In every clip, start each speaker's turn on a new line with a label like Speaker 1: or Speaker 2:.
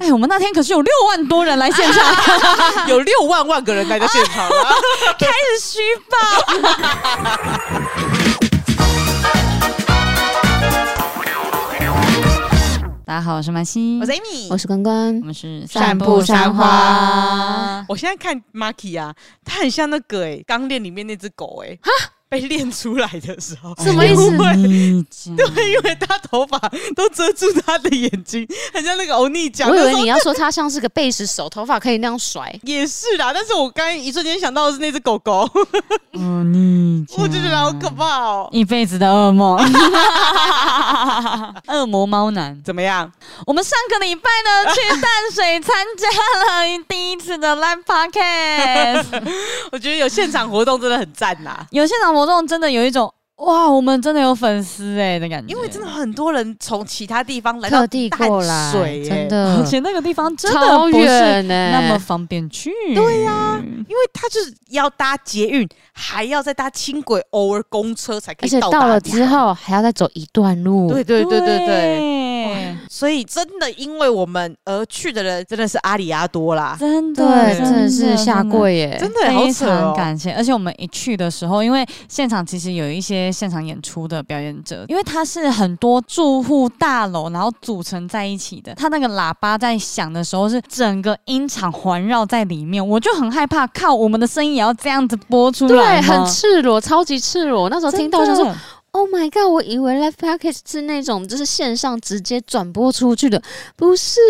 Speaker 1: 哎我们那天可是有六万多人来现场，
Speaker 2: 有六万万个人来到现场了。
Speaker 1: 开始虚报。 大家好，我是曼西，
Speaker 2: 我是 Amy，
Speaker 3: 我是关关
Speaker 1: 我，们是
Speaker 3: 散步山花。
Speaker 2: 我现在看 Marky 啊，他很像那个哎、钢链》里面那只狗哎、被练出来的时候，
Speaker 3: 什么意思
Speaker 2: 因为
Speaker 1: 哎你讲
Speaker 2: 对，因为他头发都遮住他的眼睛，很像那个欧尼酱。
Speaker 3: 我以
Speaker 2: 那
Speaker 3: 为
Speaker 2: 时候
Speaker 3: 你要说他像是个贝斯手， 头发可以那样甩。
Speaker 2: 也是啦，但是我刚才一瞬间想到的是那只狗狗，
Speaker 1: 哦，你讲
Speaker 2: 我就觉得好可怕哦、
Speaker 1: 一辈子的噩梦， 恶魔猫男。
Speaker 2: 怎么样？
Speaker 1: 我们上个礼拜呢去淡水参加了第一次的 live podcast，
Speaker 2: 我觉得有现场活动真的很赞呐、
Speaker 1: 有现场活动真的有一种哇，我们真的有粉丝哎、的感觉，
Speaker 2: 因为真的很多人从其他地方来到
Speaker 3: 特地过来
Speaker 2: 淡，水耶
Speaker 3: 真
Speaker 1: 而
Speaker 3: 的
Speaker 1: 且那个地方真的
Speaker 3: 超
Speaker 1: 不是
Speaker 3: 远欸呢，
Speaker 1: 那么方便去，对呀、
Speaker 2: 因为他就是要搭捷运，还要再搭轻轨，偶尔公车才可
Speaker 3: 而
Speaker 2: 以
Speaker 3: 且
Speaker 2: 到达
Speaker 3: 到了
Speaker 2: 地
Speaker 3: 之后还要再走一段路。
Speaker 2: 对对对对对，
Speaker 1: 对
Speaker 2: 所以真的因为我们而去的人真的是阿里阿多啦，
Speaker 1: 真的
Speaker 3: 对，真的是下。跪耶！
Speaker 2: 真的好
Speaker 1: 非
Speaker 2: 扯
Speaker 1: 常
Speaker 2: 哦。
Speaker 1: 感谢，而且我们一去的时候，因为现场其实有一些现场演出的表演者，因为它是很多住户大楼然后组成在一起的，它那个喇叭在响的时候是整个音场环绕在里面，我就很害怕，靠，我们的声音也要这样子播出来
Speaker 3: 对，
Speaker 1: 吗，
Speaker 3: 很赤裸，超级赤裸。那时候听到我
Speaker 1: 真
Speaker 3: 想
Speaker 1: 的
Speaker 3: 说，Oh my god！我以为 Live Podcast 是那种就是线上直接转播出去的，不是，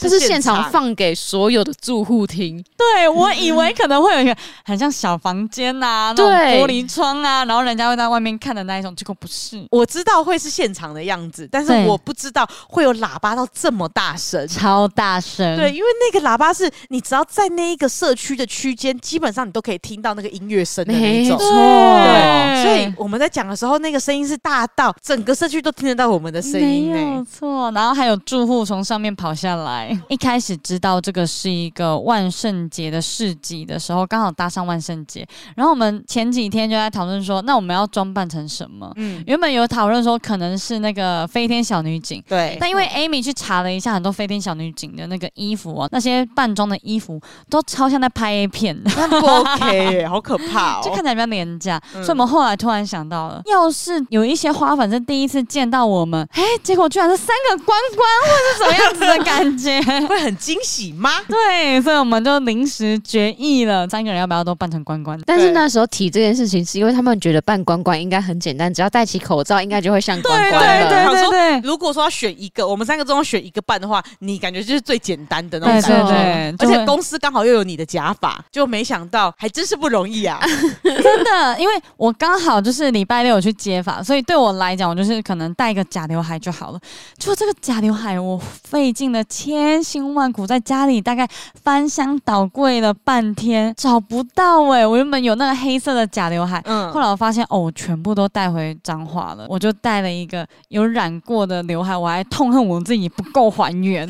Speaker 3: 它是现
Speaker 2: 现
Speaker 3: 场
Speaker 2: 场
Speaker 3: 放给所有的住户听。
Speaker 1: 对我以为可能会有一个很像小房间呐、啊，那种
Speaker 3: 对
Speaker 1: 玻璃窗啊，然后人家会在外面看的那一种，结果不是，
Speaker 2: 我知道会是现场的样子，但是
Speaker 1: 对嗯
Speaker 2: 我不知道会有喇叭到这么大声。
Speaker 1: 超大声，
Speaker 2: 对，因为那个喇叭是你只要在那一个社区的区间，基本上你都可以听到那个音乐声的那一种
Speaker 3: 没。
Speaker 1: 对，
Speaker 2: 对，所以我们在讲的时候，那个声音是大到整个社区都听得到我们的声音
Speaker 1: 没有
Speaker 2: 呢。
Speaker 1: 错，然后还有住户从上面跑下来。一开始知道这个是一个万圣节的市集的时候，刚好搭上万圣节。然后我们前几天就在讨论说，那我们要装扮成什么？
Speaker 2: 嗯，
Speaker 1: 原本有讨论说可能是那个飞天小女警，
Speaker 2: 对，
Speaker 1: 但因为 Amy 去查了一下很多飞天小女警的那个衣服哦，那些扮装的衣服都超像在拍 A 片的。
Speaker 2: 但不 OK，耶 好可怕
Speaker 1: 就看
Speaker 2: 哦。
Speaker 1: 起来比较廉价，
Speaker 2: 嗯
Speaker 1: 所以我们后来突然想到了，要是有一些花粉是第一次见到我们，哎、结果居然是三个关关，或是怎么样子的感觉。
Speaker 2: 会很惊喜 吗？
Speaker 1: 对，所以我们就临时决议了，三个人要不要都扮成关关？
Speaker 3: 但是
Speaker 2: 对
Speaker 3: 那时候提这件事情，是因为他们觉得扮关关应该很简单，只要戴起口罩，应该就会像关关
Speaker 2: 对
Speaker 3: 了。
Speaker 2: 好说
Speaker 1: 对
Speaker 2: 如果说要选一个，我们三个中要选一个办的话，你感觉就是最简单的那
Speaker 1: 对
Speaker 2: 种感
Speaker 1: 对
Speaker 2: 觉。
Speaker 1: 对，
Speaker 2: 而
Speaker 1: 就会
Speaker 2: 且公司刚好又有你的假发，就没想到还真是不容易 啊！
Speaker 1: 真的，因为我刚好就是礼拜六有去接发，所以对我来讲，我就是可能戴一个假刘海就好了。就这个假刘海，我费尽了千辛万苦，在家里大概翻箱倒柜了半天，找不到哎、我原本有那个黑色的假刘海。
Speaker 2: 嗯
Speaker 1: 后，来我发现，哦，我全部都带回彰化了。我就带了一个有染过的刘海，我还痛恨我自己不够还原。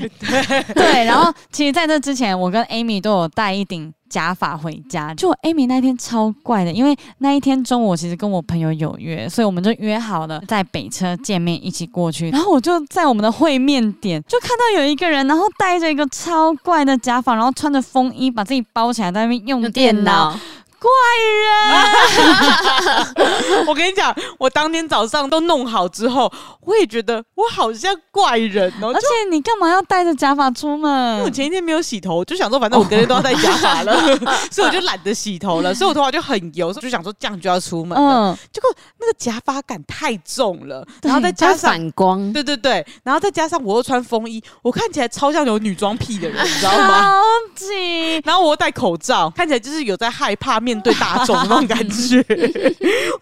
Speaker 1: 对，然后其实在这之前，我跟 Amy 都有带一顶假发回家。就我 Amy 那一天超怪的，因为那一天中午我其实跟我朋友有约，所以我们就约好了在北车见面，一起过去。然后我就在我们的会面点就看到有一个人，然后戴着一个超怪的假发，然后穿着风衣，把自己包起来，在那边用
Speaker 3: 用
Speaker 1: 电
Speaker 3: 电
Speaker 1: 脑。啊
Speaker 3: 脑，
Speaker 1: 怪人。
Speaker 2: 我跟你讲，我当天早上都弄好之后，我也觉得我好像怪人哦。
Speaker 1: 而
Speaker 2: 就
Speaker 1: 且你干嘛要戴着假发出门？
Speaker 2: 我前一天没有洗头，就想说反正我隔天都要戴假发了， 所以我就懒得洗头了，所以我头发就很油，就想说这样就要出门了。
Speaker 1: 嗯，
Speaker 2: 结果那个假发感太重了，
Speaker 1: 对
Speaker 2: 然后再
Speaker 3: 它
Speaker 2: 加上
Speaker 3: 反光，
Speaker 2: 对对对，然后再加上我又穿风衣，我看起来超像有女装癖的人，你知道吗？
Speaker 1: 超级。
Speaker 2: 然后我又戴口罩，看起来就是有在害怕面对 大众的那种感觉， 我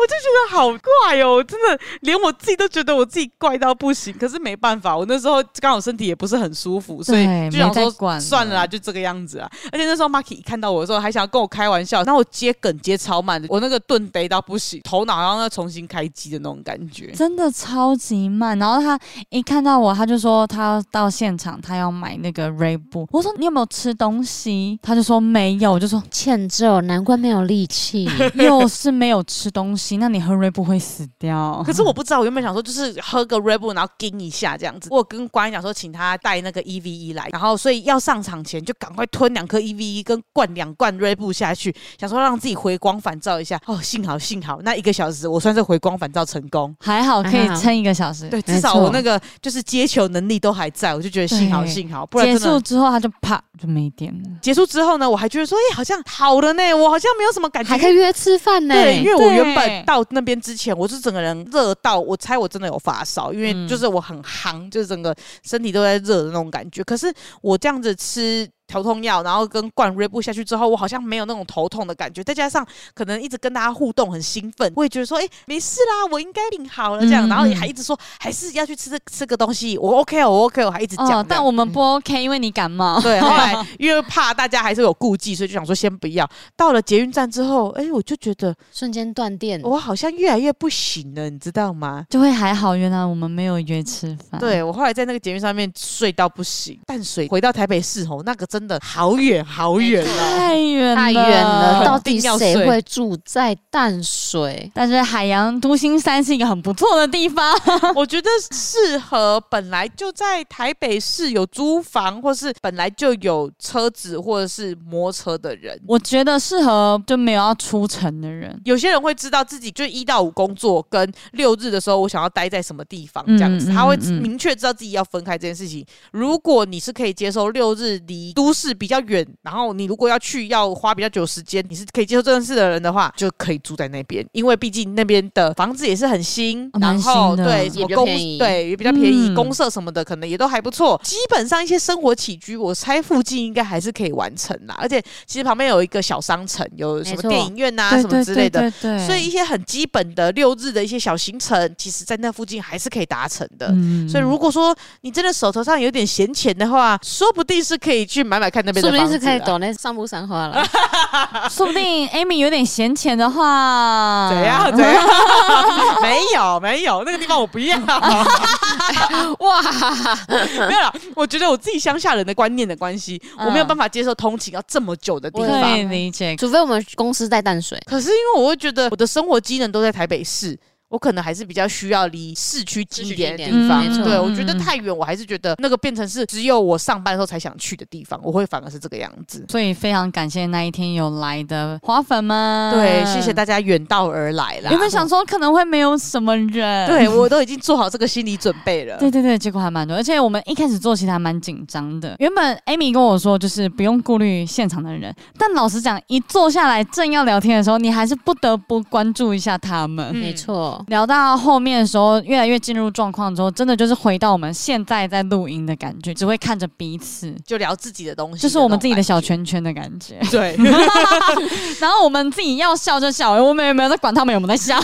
Speaker 2: 就觉得好怪哦，我真的连我自己都觉得我自己怪到不行。可是没办法，我那时候刚好身体也不是很舒服，所以
Speaker 1: 对
Speaker 2: 就
Speaker 1: 没
Speaker 2: 想
Speaker 1: 在
Speaker 2: 说
Speaker 1: 管
Speaker 2: 算
Speaker 1: 了
Speaker 2: 了啦，就这个样子啊。而且那时候 Marky 一看到我的时候，还想要跟我开玩笑，然后我接梗接超慢的，我那个顿逮到不行，头脑然后要重新开机的那种感觉。
Speaker 1: 真的超级慢，然后他一看到我，他就说他要到现场，他要买那个 Ray b u 我说你有没有吃东西？他就说没有，我就说
Speaker 3: 欠揍，难怪没有力 气。
Speaker 1: 又是没有吃东西，那你喝瑞不会死掉
Speaker 2: 可？是我不知道，我原本想说就是喝个 Red Bull，然后盯一下这样子。我有跟关讲说，请他带那个 EVE 来，然后所以要上场前就赶快吞两颗 EVE 跟灌两罐 Red Bull 下去，想说让自己回光返照一下。哦，幸好幸好，那一个小时我算是回光返照成功。
Speaker 1: 还好可以
Speaker 3: 还好
Speaker 1: 撑一个小时，
Speaker 2: 对，
Speaker 3: 没
Speaker 2: 至少我
Speaker 3: 错
Speaker 2: 那个就是接球能力都还在，我就觉得幸好
Speaker 1: 对
Speaker 2: 幸好，不然
Speaker 1: 结
Speaker 2: 真的
Speaker 1: 束之后它就啪就没电了。
Speaker 2: 结束之后呢，我还觉得说，哎、好像好了呢，我好像没有什么感觉
Speaker 3: 还。可以约吃饭呢、
Speaker 2: 对，因为我原
Speaker 1: 对
Speaker 2: 本到那边之前，我是整个人热到，我猜我真的有发烧，因为
Speaker 1: 嗯
Speaker 2: 就是我很夯，就是整个身体都在热的那种感觉。可是我这样子吃头痛药，然后跟灌 r e b 下去之后，我好像没有那种头痛的感觉，再加上可能一直跟大家互动，很兴奋，我也觉得说，哎、没事啦，我应该病好了这
Speaker 1: 嗯
Speaker 2: 样，然后也
Speaker 1: 嗯
Speaker 2: 还一直说还是要去吃这吃个东西，我 OK 哦，我 OK，哦我还一直讲这样、
Speaker 1: 哦，但我们不 OK，因为你感冒。
Speaker 2: 对，后来因为怕大家还是有顾忌，所以就想说先不要。到了捷运站之后，哎、我就觉得
Speaker 3: 瞬间断电。
Speaker 2: 我好像越来越不行了，你知道吗？
Speaker 1: 就会还好，原来我们没有约吃饭。，
Speaker 2: 对我后来在那个捷运上面睡到不行，嗯淡水回到台北市吼，那个真的好 远好远啊！
Speaker 1: 太远
Speaker 3: 太远了，到
Speaker 2: 肯
Speaker 3: 底
Speaker 2: 定要
Speaker 3: 谁
Speaker 2: 睡
Speaker 3: 会住在淡水？
Speaker 1: 但是海洋都心山是一个很不错的地方，
Speaker 2: 我觉得适合本来就在台北市有租房，或是本来就有车子或者是摩托车的人。
Speaker 1: 我觉得适合就没有要出城的人。
Speaker 2: 有些人会知道自己就一到五工作跟六日的时候，我想要待在什么地方这样子，
Speaker 1: 嗯嗯
Speaker 2: 他会
Speaker 1: 嗯嗯
Speaker 2: 明确知道自己要分开这件事情。如果你是可以接受六日离都市比较远，然后你如果要去要花比较久时间，你是可以接受这件事的人的话，就可以住在那边，因为毕竟那边的房子也是很新，
Speaker 1: 哦蛮
Speaker 2: 然
Speaker 1: 新
Speaker 2: 后
Speaker 1: 的
Speaker 2: 对什
Speaker 3: 也
Speaker 2: 么
Speaker 3: 比较
Speaker 2: 公
Speaker 3: 便宜
Speaker 2: 对也比较便宜，
Speaker 1: 嗯
Speaker 2: 公社什么的可能也都还不错。基本上一些生活起居，我猜附近应该还是可以完成啦。而且其实旁边有一个小商城，有什
Speaker 3: 没
Speaker 2: 么
Speaker 3: 错
Speaker 2: 电影院啊
Speaker 1: 对
Speaker 2: 什么之类的，
Speaker 1: 对对对
Speaker 2: 所以一些很基本的六日的一些小行程，其实在那附近还是可以达成的。
Speaker 1: 嗯
Speaker 2: 呃 所以，如果说你真的手头上有点闲钱的话，说不定是可以去买买看那边
Speaker 3: 说
Speaker 2: 的
Speaker 3: 不
Speaker 2: 房
Speaker 3: 定
Speaker 2: 子
Speaker 3: 是可以
Speaker 2: 啊
Speaker 3: 抖那上木山花 了。
Speaker 1: 说不定 Amy 有点闲钱的话，
Speaker 2: 怎
Speaker 3: 啊
Speaker 2: 样怎样？ 没有没有，那个地方我不要。
Speaker 3: 哇，
Speaker 2: 没有啦，我觉得我自己乡下人的观念的关系，我
Speaker 3: 嗯
Speaker 2: 没有办法接受通勤要这么久的地
Speaker 3: 我也
Speaker 2: 方
Speaker 1: 可以。理解。
Speaker 3: 除非我们公司在淡水，
Speaker 2: 可是因为我会觉得我的生活机能都在台北市。我可能还是比较需要离市区近一点的
Speaker 3: 市区近
Speaker 2: 地
Speaker 3: 一
Speaker 2: 方，
Speaker 3: 点嗯没错
Speaker 2: 对
Speaker 1: 嗯
Speaker 2: 我觉得
Speaker 1: 嗯
Speaker 2: 太远，我还是觉得那个变成是只有我上班的时候才想去的地方，我会反而是这个样子。
Speaker 1: 所以非常感谢那一天有来的花粉们，
Speaker 2: 对，谢谢大家远道而来啦。
Speaker 1: 原本想说可能会没有什么人，
Speaker 2: 对我都已经做好这个心理准备了。
Speaker 1: 对对对，结果还蛮多，而且我们一开始做其实还蛮紧张的。原本 Amy 跟我说，就是不用顾虑现场的人，但老实讲，一坐下来正要聊天的时候，你还是不得不关注一下他们。
Speaker 2: 嗯
Speaker 3: 没错，
Speaker 1: 聊到后面的时候，越来越进入状况之后，真的就是回到我们现在在录音的感觉，只会看着彼此，
Speaker 2: 就聊自己的东西，
Speaker 1: 就是我们自己的小。圈圈的感 觉。
Speaker 2: 对，
Speaker 1: 然后我们自己要笑就笑，哎我们也没有在管他们有没有在笑，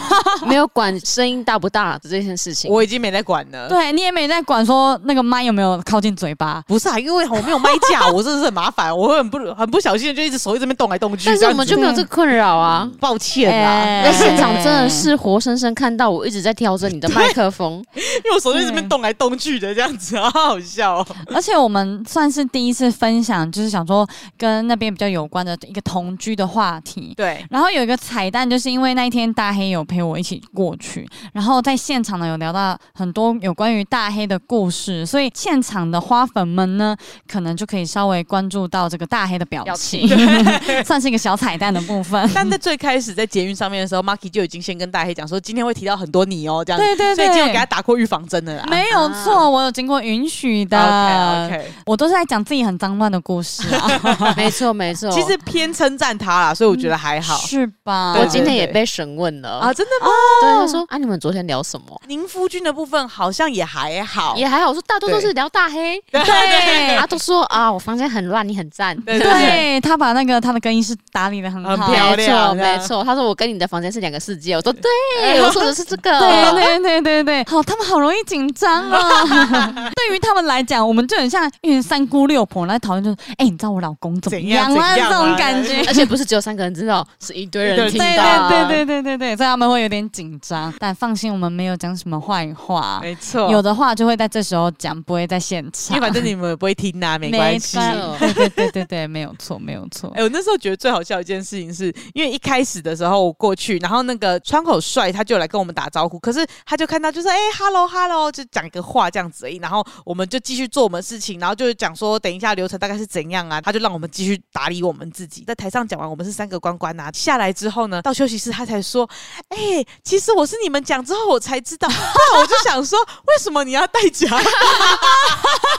Speaker 3: 没有管声音大不大的这件事 情。
Speaker 2: 我已经没在管了。
Speaker 1: 对你也没在管说那个麦有没有靠近嘴巴。
Speaker 2: 不是啊，因为我没有麦架，我真的是很麻烦，我会很不很不小心的就一直手一直边动来动去。
Speaker 3: 但是我们
Speaker 2: 这样
Speaker 3: 就没有这个困扰啊。
Speaker 2: 子抱歉啦，
Speaker 1: 哎
Speaker 3: 那现场真的是活生生看到我一直在调整你的麦克 风，
Speaker 2: 因为我手就一直边动来动去的这样子，好好笑哦。
Speaker 1: 而且我们算是第一次分享，就是想说跟那边比较有关的一个同居的话题。
Speaker 2: 对，
Speaker 1: 然后有一个彩蛋，就是因为那一天大黑有陪我一起过去，然后在现场呢有聊到很多有关于大黑的故事，所以现场的花粉们呢，可能就可以稍微关注到这个大黑的表情， 算是一个小彩蛋的部分。
Speaker 2: 但在最开始在捷运上面的时候，Marky 就已经先跟大黑讲说，今天会提到很多你哦，这样子，
Speaker 1: 对啊对
Speaker 2: 所以今天我给他
Speaker 1: 对，
Speaker 2: 打过预防针的啦。
Speaker 1: 没有错，我有经过允许的。
Speaker 2: OK OK，
Speaker 1: 我都是在讲自己很脏乱的故事啊，
Speaker 3: 没错没错。
Speaker 2: 其实偏称赞他啦，所以我觉得还好。
Speaker 1: 是吧？
Speaker 3: 我
Speaker 2: 对
Speaker 3: 今天也被审问了
Speaker 2: 啊，
Speaker 3: 啊，
Speaker 2: 真的吗？
Speaker 3: 对，他说啊，你们昨天聊什么？
Speaker 2: 您夫君的部分好像也还好，
Speaker 3: 也还好，我说大多都是聊大黑，
Speaker 1: 对
Speaker 3: 他都说啊，我房间很乱，你很赞。
Speaker 2: 对 对对，
Speaker 1: 对他把那个他的更衣室打理的很好，
Speaker 2: 很漂 亮
Speaker 3: 没错，没错。他说我跟你的房间是两个世界，我说对，我说做的是这个，
Speaker 1: 对对对对对，好，他们好容易紧张啊。 对于他们来讲，我们就很像一群三姑六婆来讨论，就是，哎、你知道我老公怎么样啊？
Speaker 2: 怎样怎样啊
Speaker 1: 这种感觉。
Speaker 3: 而且不是只有三个人知道，是一堆人
Speaker 2: 对
Speaker 3: 听
Speaker 1: 对
Speaker 3: 到。
Speaker 1: 对对对对对对，所以他们会有点紧张，但放心，我们没有讲什么坏话，
Speaker 2: 没错，
Speaker 1: 有的话就会在这时候讲，不会在现场。
Speaker 2: 因为反正你们也不会听呐、没关系。
Speaker 1: 没
Speaker 2: 哎、
Speaker 1: 错 对对对对对，没有错，没有 错。
Speaker 2: 我那时候觉得最好笑的一件事情是，因为一开始的时候我过去，然后那个窗口帅他就来跟我们打招呼，可是他就看到就是哎、h e l l o hello，就讲个话这样子而已，然后我们就继续做我们的事情，然后就是讲说等一下流程大概是怎样啊，他就让我们继续打理我们自己。在台上讲完我们是三个关关啊，下来之后呢，到休息室他才说，哎、其实我是你们讲之后我才知道， 那我就想说为什么你要戴假？我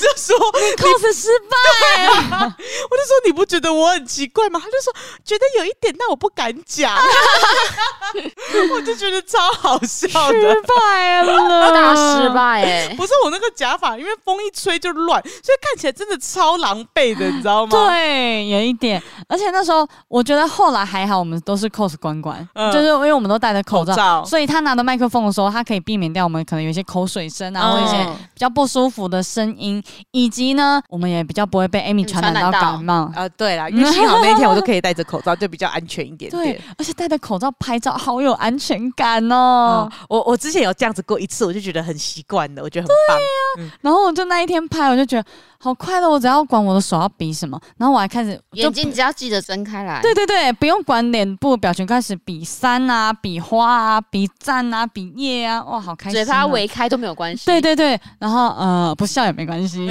Speaker 2: 就说
Speaker 1: cos 失败，
Speaker 2: 我就说你不觉得我很奇怪吗？他就说觉得有一点，但我不敢讲。 我就觉得超好笑的。
Speaker 1: 失败 了，
Speaker 3: 大失。败哎、
Speaker 2: 不是我那个假发，因为风一吹就乱，所以看起来真的超狼狈的，你知道吗？
Speaker 1: 对，有一点，而且那时候我觉得后来还好，我们都是 cos 关关，
Speaker 2: 嗯
Speaker 1: 就是因为我们都戴着口罩，
Speaker 2: 口罩
Speaker 1: 所以他拿着麦克风的时候，他可以避免掉我们可能有一些口水声啊，
Speaker 2: 嗯
Speaker 1: 或者一些比较不舒服的声音，以及呢，我们也比较不会被 Amy 传
Speaker 2: 嗯
Speaker 1: 染到
Speaker 3: 传染到
Speaker 1: 感冒。
Speaker 2: 啊，对啦，因为幸好那一天我都可以戴着口罩，就比较安全一点
Speaker 1: 对
Speaker 2: 点。，
Speaker 1: 而且戴着口罩拍照好有安全感哦。
Speaker 2: 嗯我我之前有这样子过一次，我就觉得很习惯了，我觉得很棒。
Speaker 1: 然后我就那一天拍，我就觉得好快乐，我只要管我的手要比什么，然后我还开始就
Speaker 3: 眼睛只要记得睁开来。
Speaker 1: 对对对，不用管脸部表情，开始比三啊，比花啊，比赞啊，比耶啊，哇，好开心、
Speaker 3: 嘴巴。围开都没有关系。
Speaker 1: 对对对，然后呃，不笑也没关 系。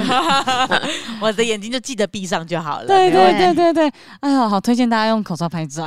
Speaker 2: 我的眼睛就记得闭上就好了。
Speaker 1: 对
Speaker 2: 没有
Speaker 1: 对对对对，哎呀，好推荐大家用口罩拍 照。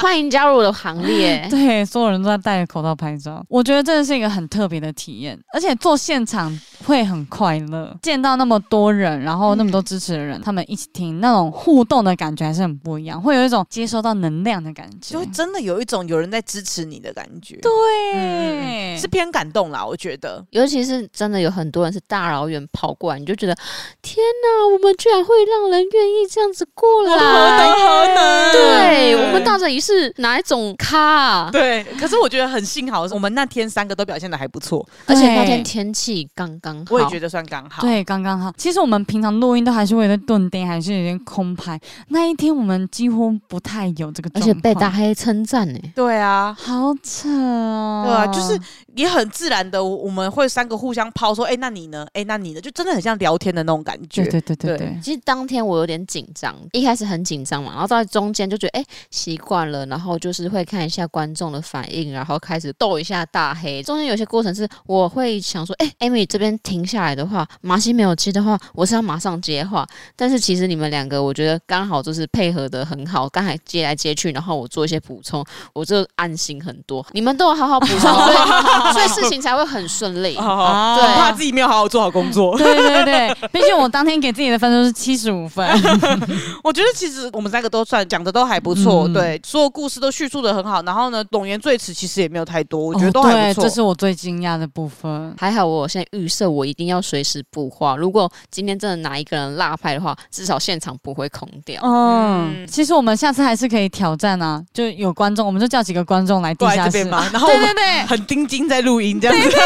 Speaker 3: 欢迎加入我的行列。
Speaker 1: 对，所有人都在戴着口罩拍照，我觉得真的是一个很特别的体验，而且做现场会很快乐，见到那么多人，然后那么多支持的人，
Speaker 3: 嗯
Speaker 1: 他们一起听，那种互动的感觉还是很不一样，会有一种接收到能量的感觉
Speaker 2: 就。真的有一种有人在支持你的感觉，
Speaker 3: 嗯
Speaker 1: 对，
Speaker 2: 是偏感动啦，我觉得。
Speaker 3: 尤其是真的有很多人是大老远跑过来，你就觉得天哪，我们居然会让人愿意这样子过
Speaker 1: 哦
Speaker 3: 来。
Speaker 2: 何能
Speaker 3: 对我们到底是哪一种咖、啊？
Speaker 2: 对，可是我觉得很幸好，我们那天三个都表现的还不错，
Speaker 3: 而且那
Speaker 1: 对
Speaker 3: 天天气刚刚好，
Speaker 2: 我也觉得算刚好。
Speaker 1: 对，刚刚好。其实我们平常录音都还是会有点顿点，还是有点空拍。那一天我们几乎不太有这个
Speaker 3: 而
Speaker 1: 状况，
Speaker 3: 且被大黑称赞呢。
Speaker 2: 对啊，
Speaker 1: 好扯哦。
Speaker 2: 对啊，就是也很自然的，我我们会三个互相抛说，哎、那你呢？哎、那你呢？就真的很像聊天的那种感觉。
Speaker 1: 对对对对
Speaker 2: 对
Speaker 1: 对，
Speaker 3: 其实当天我有点紧张，一开始很紧张嘛，然后到中间就觉得哎习惯了，然后就是会看一下观众的反应，然后开始逗一下大黑。中间有些过程是我会想说，哎、a m y 这边停下来的话，马西没有接的话，我是要马上接话。但是其实你们两个，我觉得刚好就是配合的很好，刚才接来接去，然后我做一些补充，我就安心很多。你们都有好好补充，所以 所以事情才会很 顺利。
Speaker 2: 哦，
Speaker 1: 啊
Speaker 2: 我
Speaker 3: 对
Speaker 2: 怕自己没有好好做好工作。
Speaker 1: 对对对，毕竟我当天给自己的分数是七十五分，
Speaker 2: 我觉得其实我们三个都算讲的都还不错，
Speaker 1: 嗯
Speaker 2: 对，所有故事都叙述的很好。然后呢，董源最迟其实也没有太多， 我觉得都还
Speaker 1: 哦对
Speaker 2: 不错。
Speaker 1: 这是我最惊讶的部分。
Speaker 3: 还好我现在预设我一定要随时补话，如果今天真的哪一个人落拍的话，至少现场不会空 掉。
Speaker 1: 嗯，
Speaker 2: 嗯
Speaker 1: 其实我们下次还是可以挑战啊，就有观众，我们就叫几个观众来地
Speaker 2: 过来
Speaker 1: 下
Speaker 2: 这
Speaker 1: 室
Speaker 2: 边。嘛，然后我
Speaker 1: 对
Speaker 2: 们
Speaker 1: 对对，
Speaker 2: 很盯紧在录音这样子。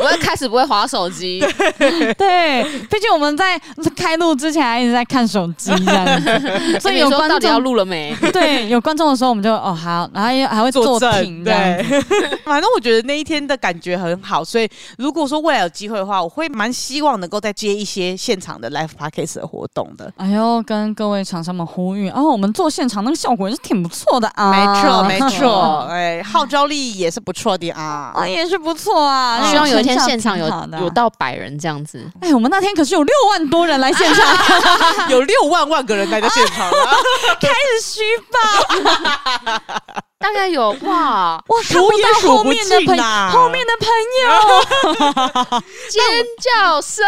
Speaker 3: 我会开始不会划手机，
Speaker 1: 对，毕竟我们在开录之前还一直在看手机这样 子，所以
Speaker 3: 你
Speaker 1: 有
Speaker 3: 说
Speaker 2: 哎
Speaker 1: 观
Speaker 3: 到底要
Speaker 1: 众
Speaker 3: 录了没？
Speaker 1: 对有观众的时候，我们就哦好，然后也 还会
Speaker 2: 坐
Speaker 1: 停
Speaker 2: 正，
Speaker 1: 这样
Speaker 2: 对
Speaker 1: 子。，
Speaker 2: 反正我觉得那一天的感觉很好，所以如果说未来有机会的话，我会蛮希望能够再接一些现场的 live podcast 的活动的。
Speaker 1: 哎呦，跟各位厂商们呼吁哦，我们做现场那个效果也是挺不错的啊，
Speaker 2: 没 错，没错，哎，号召力也是不错的啊。
Speaker 1: 啊也是不错
Speaker 2: 哦
Speaker 1: 啊，
Speaker 3: 希望有一天现
Speaker 1: 现
Speaker 3: 场有有
Speaker 1: 到。
Speaker 3: 到百人这样子。
Speaker 1: 啊哎，我们那天可是有六万多人来现场，
Speaker 2: 有六万万个人来到现场啊了，
Speaker 1: 是虚吧？，
Speaker 3: 大概有 哇
Speaker 1: 我看
Speaker 2: 数
Speaker 1: 不
Speaker 2: 也
Speaker 1: 到
Speaker 2: 数
Speaker 1: 后
Speaker 2: 不
Speaker 1: 面的朋
Speaker 2: 尽啊
Speaker 1: 友，
Speaker 2: 呐。
Speaker 1: 后面的朋友。
Speaker 3: 尖叫声，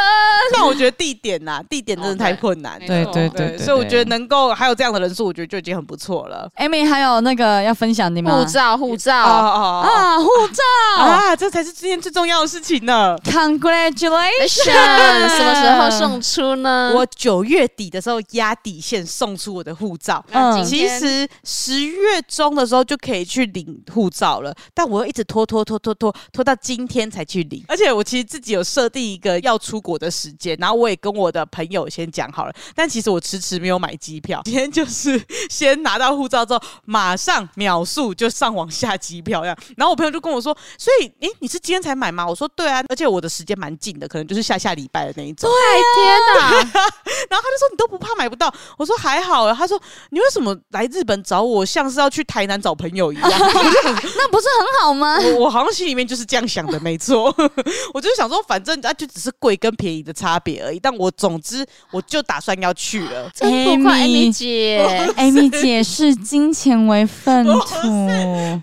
Speaker 2: 但我觉得地点呐，地点真的太困难了。
Speaker 3: 对对
Speaker 1: 对对
Speaker 2: 所以我觉得能够还有这样的人数，我觉得就已经很不错了。
Speaker 1: Amy 还有那个要分享的吗
Speaker 3: 护？照护
Speaker 2: 哦
Speaker 3: 照，
Speaker 2: 哦
Speaker 1: 啊，护
Speaker 2: 哦
Speaker 1: 照。
Speaker 2: 啊！这才是今天最重要的事情呢。
Speaker 1: Congratulations！
Speaker 3: 是 什么时候送出呢？
Speaker 2: 我九月底的时候压底线送出我的护照，
Speaker 1: 嗯
Speaker 3: 啊今
Speaker 2: 其
Speaker 3: 天
Speaker 2: 实十月中的时候就可以去领护照了，但我又一直拖拖拖拖拖拖到今天才去领。而且我其实自己有设定一个要出国的时间，然后我也跟我的朋友先讲好了，但其实我迟迟没有买机票。 今天就是先拿到护照之后，马上秒速就上网下机票呀。然后我朋友就跟我说：“所以，诶，你是今天才买吗？”我说：“对啊，而且我的时间蛮近的，可能就是下下礼拜的那一种。”
Speaker 3: 哎天哪！
Speaker 2: 然后他就说：“你都不怕买不到？”我说：“还好啊。”他说：“你为什么来日本找我，像是要去台南找朋友一样？”
Speaker 1: 那不是很好吗？
Speaker 2: 我我好像心里面就是这样想的，没错。 我就是想说，反正啊，就只是贵跟便宜的差别而已。但我总之我就打算要去了。
Speaker 3: 真不愧
Speaker 1: Amy
Speaker 3: Amy 姐，
Speaker 1: Amy 姐视金钱为 粪土，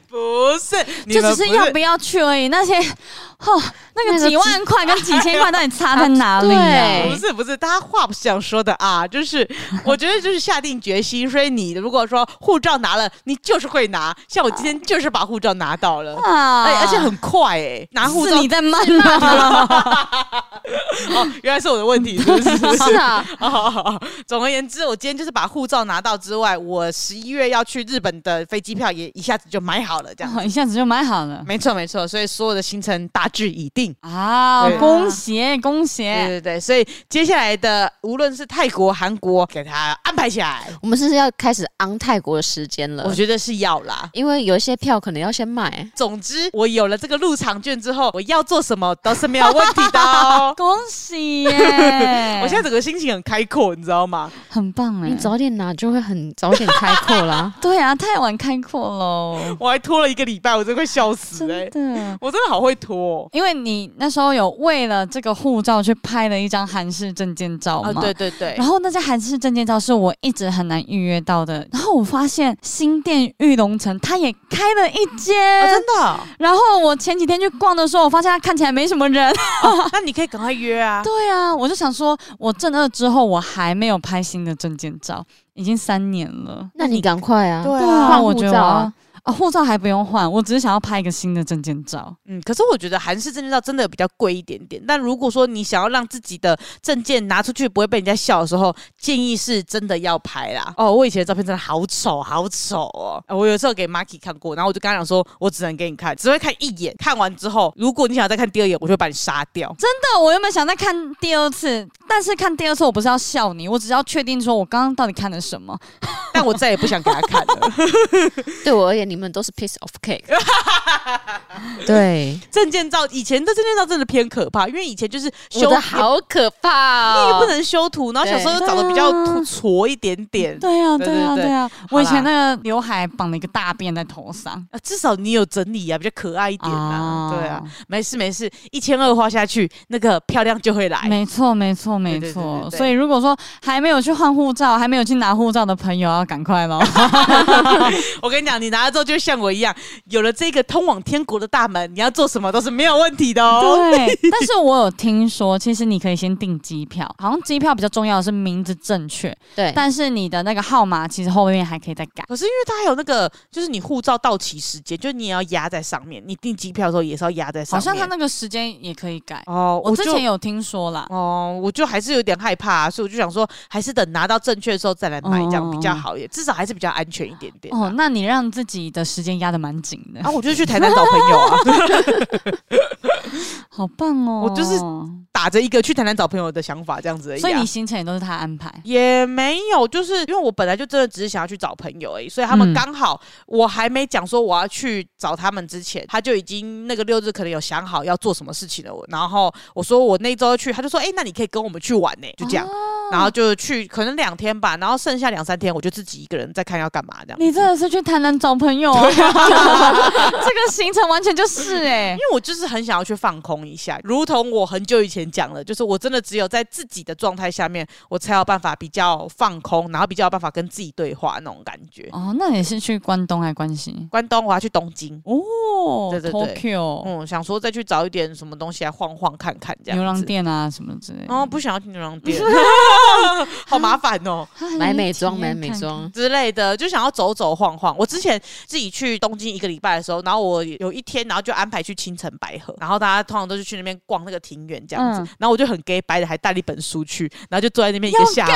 Speaker 2: 不是，你
Speaker 1: 就
Speaker 2: 们
Speaker 1: 只是
Speaker 2: 不
Speaker 1: 要不要去而已。那些哦，那
Speaker 3: 那
Speaker 1: 个
Speaker 3: 个
Speaker 1: 几万块跟几千块到底差在哪里
Speaker 3: 对
Speaker 1: 啊？
Speaker 2: 不是不是，大家话不是这样说的啊，就是我觉得就是下定决心，所以你如果说护照拿了，你就是会拿。像我今天就是把护照拿到了，
Speaker 1: 啊
Speaker 2: 哎、而且很快哎、拿护
Speaker 1: 是
Speaker 2: 照
Speaker 1: 你在慢吗？
Speaker 2: 哦，原来是我的问题，是不是？
Speaker 3: 是啊，
Speaker 2: 哦好好好 总而言之，我今天就是把护照拿到之外，我十一月要去日本的飞机票也一下子就买好了， 这样 子。
Speaker 1: 一下子就买好了
Speaker 2: 没错没错，所以所有的行程大致已定。
Speaker 1: 啊！
Speaker 2: 对
Speaker 1: 恭喜恭喜！
Speaker 2: 对对对，所以接下来的无论是泰国、韩国，给他安排起来，
Speaker 3: 我们是不是要开始昂泰国的时间了
Speaker 2: 我。觉得是要啦。
Speaker 3: 因为有一些票可能要先买，
Speaker 2: 总之，我有了这个入场券之后，我要做什么都是没有问题的 哦。！
Speaker 1: 恭喜耶
Speaker 2: 我现在整个心情很开阔，你知道吗？
Speaker 1: 很棒哎。
Speaker 3: 你，早点拿就会很早点开阔 啦
Speaker 1: 对啊，太晚开阔 喽，
Speaker 2: 我还拖了一个礼拜，我真的快笑死
Speaker 1: 真
Speaker 2: 哎、欸！
Speaker 1: 的。
Speaker 2: 我真的好会拖哦、
Speaker 1: 因为你那时候有为了这个护照去拍了一张韩式证件照嘛，
Speaker 2: 啊，对对对
Speaker 1: 然，后那家韩式证件照是我一直很难预约到的。然后我发现新店玉龙城它也开了一间、
Speaker 2: 啊，真的哦、
Speaker 1: 然后我前几天去逛的时候，我发现它看起来没什么 人。
Speaker 2: 那你可以赶快约啊。
Speaker 1: 对啊，我就想说，我正二之后我还没有拍新的证件照，已经三年了。
Speaker 3: 那你赶快啊！
Speaker 2: 对
Speaker 1: 啊
Speaker 2: 啊
Speaker 3: 换，
Speaker 1: 我
Speaker 3: 护
Speaker 1: 觉得
Speaker 3: 照
Speaker 1: 我
Speaker 3: 啊
Speaker 1: 要啊，护照还不用换，我只是想要拍一个新的证件照。
Speaker 2: 嗯，可是我觉得韩式证件照真的比较贵一点点。但如果说你想要让自己的证件拿出去不会被人家笑的时候，建议是真的要拍啦。哦，我以前的照片真的好丑，好丑哦！呃我有时候给 Marky 看过，然后我就跟他讲说，我只能给你看，只会看一眼。看完之后，如果你想要再看第二眼，我就会把你杀掉。
Speaker 1: 真的，我原本想再看第二次，但是看第二次我不是要笑你，我只是要确定说我刚刚到底看了什么。
Speaker 2: 但我再也不想给他看了。
Speaker 3: 对我而言，你们都是 piece of cake。对，
Speaker 2: 证件照以前的证件照真的偏可怕，因为以前就是修
Speaker 3: 我的好可怕
Speaker 2: 因为
Speaker 3: 哦！
Speaker 2: 不能修图，然后小时候又长得比较突矬一点点。
Speaker 1: 对啊，
Speaker 2: 啊对
Speaker 1: 对啊，
Speaker 2: 对对
Speaker 1: 对啊！
Speaker 2: 啦
Speaker 1: 我以前那个刘海绑了一个大辫在头上，
Speaker 2: 啊，至少你有整理啊，比较可爱一点啊。
Speaker 1: 啊
Speaker 2: 对啊，没事没事，一千二花下去，那个漂亮就会来。
Speaker 1: 啊没错，没错，
Speaker 2: 对
Speaker 1: 没
Speaker 2: 对对
Speaker 1: 错。
Speaker 2: 对
Speaker 1: 所以如果说还没有去换护照，还没有去拿护照的朋友，要赶快 喽！
Speaker 2: 我跟你讲，你拿了之后就像我一样，有了这个通往天国的大门，你要做什么都是没有问题的哦。
Speaker 1: 对，但是我有听说，其实你可以先订机票，好像机票比较重要的是名字正确，
Speaker 3: 对，
Speaker 1: 但是你的那个号码其实后面还可以再改。
Speaker 2: 可是因为它还有那个，就是你护照到期时间，就你也要压在上面，你订机票的时候也是要压在上
Speaker 1: 好
Speaker 2: 面。
Speaker 1: 像他那个时间也可以改，
Speaker 2: 哦，
Speaker 1: 我之
Speaker 2: 就
Speaker 1: 前有听说啦。
Speaker 2: 哦，我就还是有点害怕、啊，所以我就想说，还是等拿到正确的时候再来买，这样比较好一点，至少还是比较安全一点点。
Speaker 1: 哦，那你让自己的时间压得蛮紧的
Speaker 2: 啊，，我就去台南找朋友啊，
Speaker 1: 好棒哦！
Speaker 2: 我就是打着一个去台南找朋友的想法，这样子而已啊、
Speaker 1: 所以你行程也都是他安排。
Speaker 2: 也没有，就是因为我本来就真的只是想要去找朋友而已，所以他们
Speaker 1: 嗯
Speaker 2: 刚好、我还没讲说我要去找他们之前，他就已经那个六日可能有想好要做什么事情了。我然后我说我那周要去，他就说哎、诶那你可以跟我们去玩呢、就这样。然后就去可能两天吧，然后剩下两三天我就自己一个人在看要干嘛这样。
Speaker 1: 你真的是去台南找朋友、哦，
Speaker 2: 啊
Speaker 1: 这个行程完全就是哎、
Speaker 2: 因为我就是很想要去放空一下，如同我很久以前讲的，就是我真的只有在自己的状态下面，我才有办法比较放空，然后比较有办法跟自己对话那种感觉。
Speaker 1: 哦，那你是去关东还关西？
Speaker 2: 关东我要去东京，
Speaker 1: 哦
Speaker 2: 对对对
Speaker 1: Tokyo
Speaker 2: 嗯，想说再去找一点什么东西来晃晃看看这样
Speaker 1: 牛
Speaker 2: 子。
Speaker 1: 郎，店啊什么之类的。
Speaker 2: 哦，不想要去牛 郎店， 好麻烦哦。
Speaker 1: 他很
Speaker 3: 买
Speaker 1: 想
Speaker 3: 美
Speaker 1: 体
Speaker 3: 妆，
Speaker 1: 验
Speaker 3: 买美
Speaker 1: 看看。
Speaker 3: 妆。
Speaker 2: 之类的，就想要走走晃晃。我之前自己去东京一个礼拜的时候，然后我有一天，然后就安排去青城白河，然后大家通常都是去那边逛那个庭院这样子，
Speaker 1: 嗯
Speaker 2: 然后我就很 gay 白的，还带了一本书去，然后就坐在那边一个下午。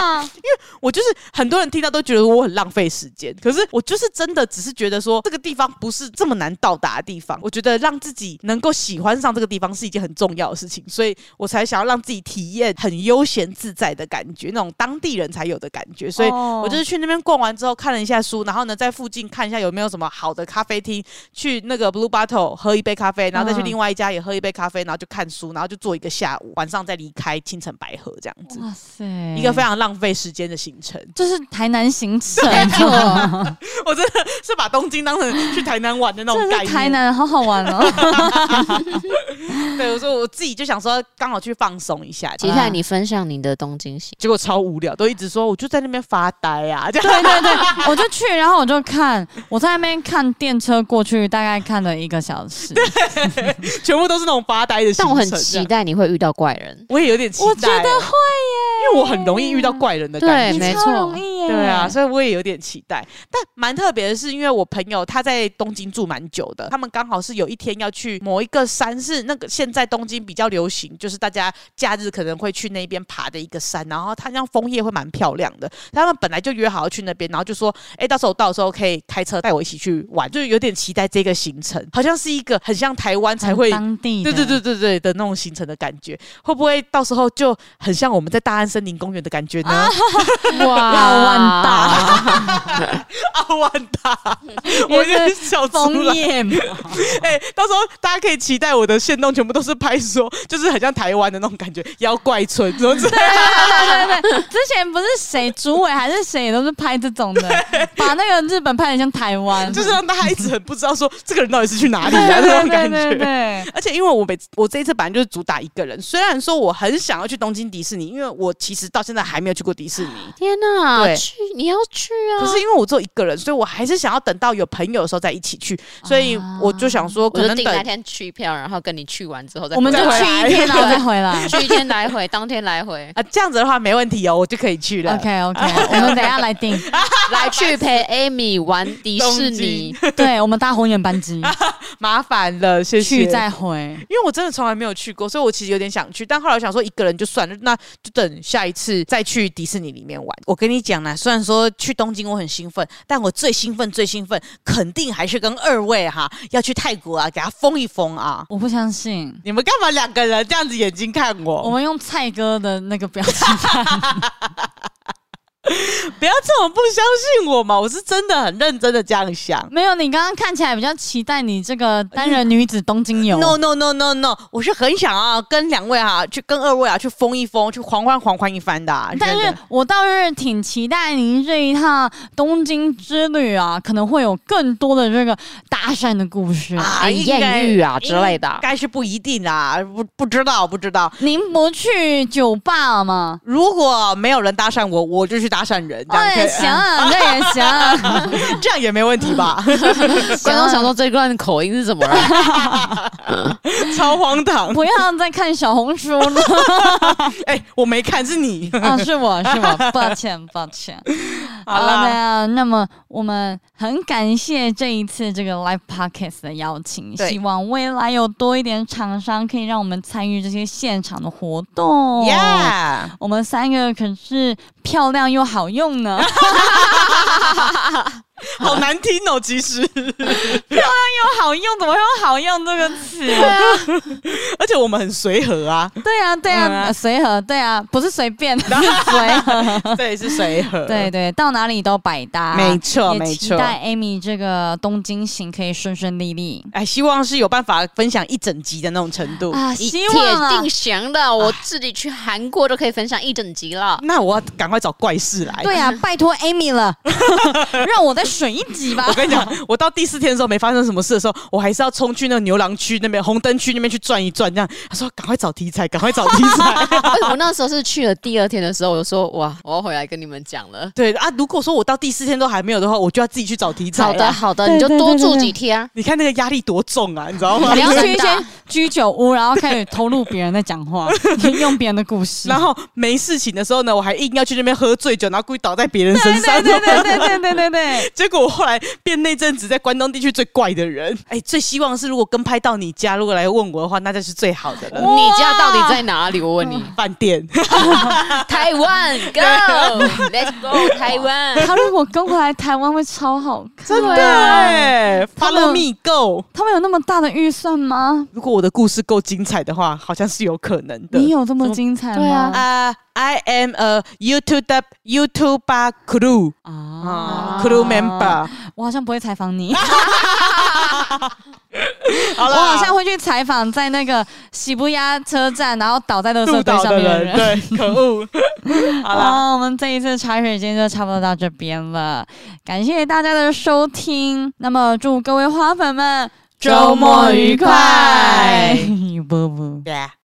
Speaker 1: 啊
Speaker 2: 我就是很多人听到都觉得我很浪费时间，可是我就是真的只是觉得说这个地方不是这么难到达的地方。我觉得让自己能够喜欢上这个地方是一件很重要的事情，所以我才想要让自己体验很悠闲自在的感觉，那种当地人才有的感觉。 所以
Speaker 1: 哦
Speaker 2: 我就是去那边逛完之后看了一下书，然后呢在附近看一下有没有什么好的咖啡厅，去那个 Blue Bottle 喝一杯咖啡，然后再去
Speaker 1: 嗯
Speaker 2: 另外一家也喝一杯咖啡，然后就看书，然后就做一个下午，晚上再离开清晨白河这样子。
Speaker 1: 哇哎塞，
Speaker 2: 一个非常浪费时间的行程，
Speaker 1: 就是台南行程，
Speaker 2: 我真的是把东京当成去台南玩的那种
Speaker 1: 这
Speaker 2: 概
Speaker 1: 是台
Speaker 2: 念。
Speaker 1: 南，好好玩 哦。
Speaker 2: 对，我说我自己就想说，刚好去放松一下，
Speaker 3: 期待你分享你的东京行。
Speaker 2: 结果超无聊，都一直说我就在那边发呆啊，这
Speaker 1: 对
Speaker 2: 样
Speaker 1: 对对，我就去，然后我就看，我在那边看电车过去，大概看了一个小时。
Speaker 2: 全部都是那种发呆的行
Speaker 3: 啊但我
Speaker 2: 程。
Speaker 3: 很
Speaker 2: 这
Speaker 3: 期
Speaker 2: 样，
Speaker 3: 待你会遇到怪人，
Speaker 2: 我也有点期待，啊
Speaker 1: 我觉得
Speaker 2: 因
Speaker 1: 会耶，
Speaker 2: 为我很容易遇到怪人的感
Speaker 1: 你
Speaker 2: 觉。
Speaker 3: 对没
Speaker 1: 超
Speaker 3: 错
Speaker 1: 容易耶。
Speaker 2: 对啊，所以我也有点期待，但蛮特别的是，因为我朋友他在东京住蛮久的，他们刚好是有一天要去某一个山，是那个现在东京比较流行，就是大家假日可能会去那边爬的一个山，然后它那样枫叶会蛮漂亮的。他们本来就约好要去那边，然后就说，哎，到时候我到的时候可以开车带我一起去玩，就是有点期待这个行程，好像是一个很像台湾才会。
Speaker 1: 当地的
Speaker 2: 对对对对对的那种行程的感觉，会不会到时候就很像我们在大安森林公园的感觉呢？
Speaker 3: 哇，
Speaker 1: 万 达
Speaker 2: 阿万 达，啊我有点笑出
Speaker 1: 枫
Speaker 2: 来。
Speaker 1: 叶嘛，
Speaker 2: 哎、到时候大家可以期待我的线动全部都是拍说， 就是很像台湾的那种感觉，妖怪村什么之 类的。
Speaker 1: 对对对对，之前不是谁主委还是谁都是拍这种的，把那个日本拍的像台湾，
Speaker 2: 就是让大家一直很不知道说这个人到底是去哪里
Speaker 1: 对
Speaker 2: 啊那
Speaker 1: 对
Speaker 2: 种感
Speaker 1: 对
Speaker 2: 觉。
Speaker 1: 对对，
Speaker 2: 而且因为我每次我这一次本来就是主打一个人，虽然说我很想要去东京迪士尼，因为我其实到现在还没有去过迪士尼。
Speaker 1: 啊
Speaker 3: 天哪、
Speaker 2: 对
Speaker 3: 去你要去啊！
Speaker 2: 可是因为我只有一个人，所以我还是想要等到有朋友的时候再一起去，所以我就想说，
Speaker 3: 我
Speaker 2: 可
Speaker 3: 就
Speaker 2: 能
Speaker 3: 定那
Speaker 2: 等，
Speaker 3: 天去票，然后跟你去完之后再
Speaker 1: 我们就
Speaker 3: 回来
Speaker 1: 去一天然后再
Speaker 3: 啊
Speaker 1: 回 来。
Speaker 3: 去一天来回， 当天来回
Speaker 2: 啊这样子的话没问题哦，我就可以去了。
Speaker 1: OK OK，我 们等一下来定，
Speaker 3: 来去陪 Amy 玩迪士尼。
Speaker 1: 对我们搭红眼班 机
Speaker 2: 麻烦了，谢谢。
Speaker 1: 去再回。
Speaker 2: 因为我真的从来没有去过，所以我其实有点想去，但后来我想说一个人就算了，那就等下一次再去迪士尼里面玩。我跟你讲啦，虽然说去东京我很兴奋，但我最兴奋最兴奋，肯定还是跟二位哈要去泰国啊，给他疯一疯啊！
Speaker 1: 我不相信，
Speaker 2: 你们干嘛两个人这样子眼睛看
Speaker 1: 我
Speaker 2: 我？
Speaker 1: 们用蔡哥的那个表情 看，
Speaker 2: 不要这么不相信我嘛！我是真的很认真的这样想。
Speaker 1: 没有，你刚刚看起来比较期待你这个单人女子东京游。
Speaker 2: No no no no no，我是很想啊，跟两位啊，去跟二位啊，去疯一疯，去狂欢狂欢一番的、啊。
Speaker 1: 但
Speaker 2: 真
Speaker 1: 是
Speaker 2: 的
Speaker 1: 我倒是挺期待您这一趟东京之旅啊，可能会有更多的这个搭讪的故事。
Speaker 2: 啊，
Speaker 3: 你
Speaker 2: 应该
Speaker 3: 艳遇啊之类的
Speaker 2: 应该是不一定啦，不不知道不知道。
Speaker 1: 您不去酒吧吗？
Speaker 2: 如果没有人搭讪我，我就去搭讪人，这
Speaker 1: 哦，
Speaker 2: 样可
Speaker 1: 也
Speaker 2: 以啊
Speaker 1: 行，这也行。 啊
Speaker 2: 这样也没问题 吧？
Speaker 3: 观众想说这段口音是怎么啊了？
Speaker 2: 超荒唐！
Speaker 1: 不要再看小红书了
Speaker 2: 哎、我没看是你，
Speaker 1: 啊！是我是我，抱歉抱歉。
Speaker 2: 好
Speaker 1: 的
Speaker 2: 啦。
Speaker 1: 呀，那么我们很感谢这一次这个 Live Podcast 的邀请，
Speaker 2: 对
Speaker 1: 希望未来有多一点厂商可以让我们参与这些现场的活动。
Speaker 2: Yeah，
Speaker 1: 我们三个可是漂亮又好用呢，
Speaker 2: 好难听哦，其 实，
Speaker 1: 啊又好用，怎么会有“好用”这个词？
Speaker 2: 啊而且我们很随 和啊，
Speaker 1: 对啊，对啊，
Speaker 2: 嗯啊
Speaker 1: 呃随和，对啊，不是随便，是随和，
Speaker 2: 对，是随和，
Speaker 1: 对对，到哪里都百搭，
Speaker 2: 没错
Speaker 1: 也
Speaker 2: 没
Speaker 1: 期
Speaker 2: 错
Speaker 1: 待 Amy 这个东京行可以顺顺利利
Speaker 2: 哎，希望是有办法分享一整集的那种程度。
Speaker 1: 啊，
Speaker 3: 你
Speaker 1: 希
Speaker 3: 铁
Speaker 1: 望啊
Speaker 3: 定行的，我自己去韩国都可以分享一整集 了。
Speaker 2: 那我要赶快找怪事来。
Speaker 1: 对啊，拜托 Amy 了，让我再选一集吧
Speaker 2: 我。跟你讲，我到第四天的时候没发生什么事的时候，我还是要冲去那个牛郎区那边、红灯区那边去转一转。这样，他说赶快找题材，赶快找题 材。
Speaker 3: 哎我那时候是去了第二天的时候，我就说哇，我要回来跟你们 讲了。
Speaker 2: 对啊，如果说我到第四天都还没有的话，我就要自己去找题材。啊
Speaker 3: 好的，，好的，
Speaker 1: 对
Speaker 3: 你就
Speaker 1: 对
Speaker 3: 多
Speaker 1: 对对
Speaker 3: 住
Speaker 1: 对
Speaker 3: 几天。
Speaker 2: 你看那个压力多重啊，你知道吗
Speaker 1: 你？要去一
Speaker 3: 真
Speaker 1: 些
Speaker 3: 的
Speaker 1: 居酒屋，然后开始偷录别人在讲话，用别人的故事，
Speaker 2: 然后没事情的时候呢，我还硬要去那边喝醉酒，然后故意倒在别人身上。
Speaker 1: 对对对对对对对，
Speaker 2: 结果我后来变那阵子在关东地区最怪的人。哎、最希望是如果跟拍到你家，如果来问我的话，那就是最好的了。
Speaker 3: 你家到底在哪里？我问 你，
Speaker 2: 饭店，
Speaker 3: 台湾，Go，Let's go，台湾。
Speaker 1: 他如果跟回来台湾会超好看，
Speaker 2: 真的
Speaker 1: 对 啊
Speaker 2: 哎
Speaker 1: 他们
Speaker 2: ，Follow me go。
Speaker 1: 他们有那么大的预算吗？
Speaker 2: 如果我的故事够精彩的话，好像是有可能的。
Speaker 1: 你有这么精彩吗？
Speaker 3: 对啊
Speaker 2: 啊、i am a YouTube YouTuber crew 啊、
Speaker 1: 啊
Speaker 2: crew member。
Speaker 1: 我好像不会采访 你，
Speaker 2: 好
Speaker 1: 我
Speaker 2: 了，
Speaker 1: 好像会去采访在那个喜布亚车站，然后倒在垃
Speaker 2: 杜
Speaker 1: 圾堆
Speaker 2: 导
Speaker 1: 上
Speaker 2: 的
Speaker 1: 面的
Speaker 2: 人，
Speaker 1: 人。哦
Speaker 2: 对，可恶。好啦，
Speaker 1: 好，我们这一次茶水间就差不多到这边了，感谢大家的收听。那么祝各位花粉们
Speaker 2: 周末愉快
Speaker 1: 不不。
Speaker 2: 对啊。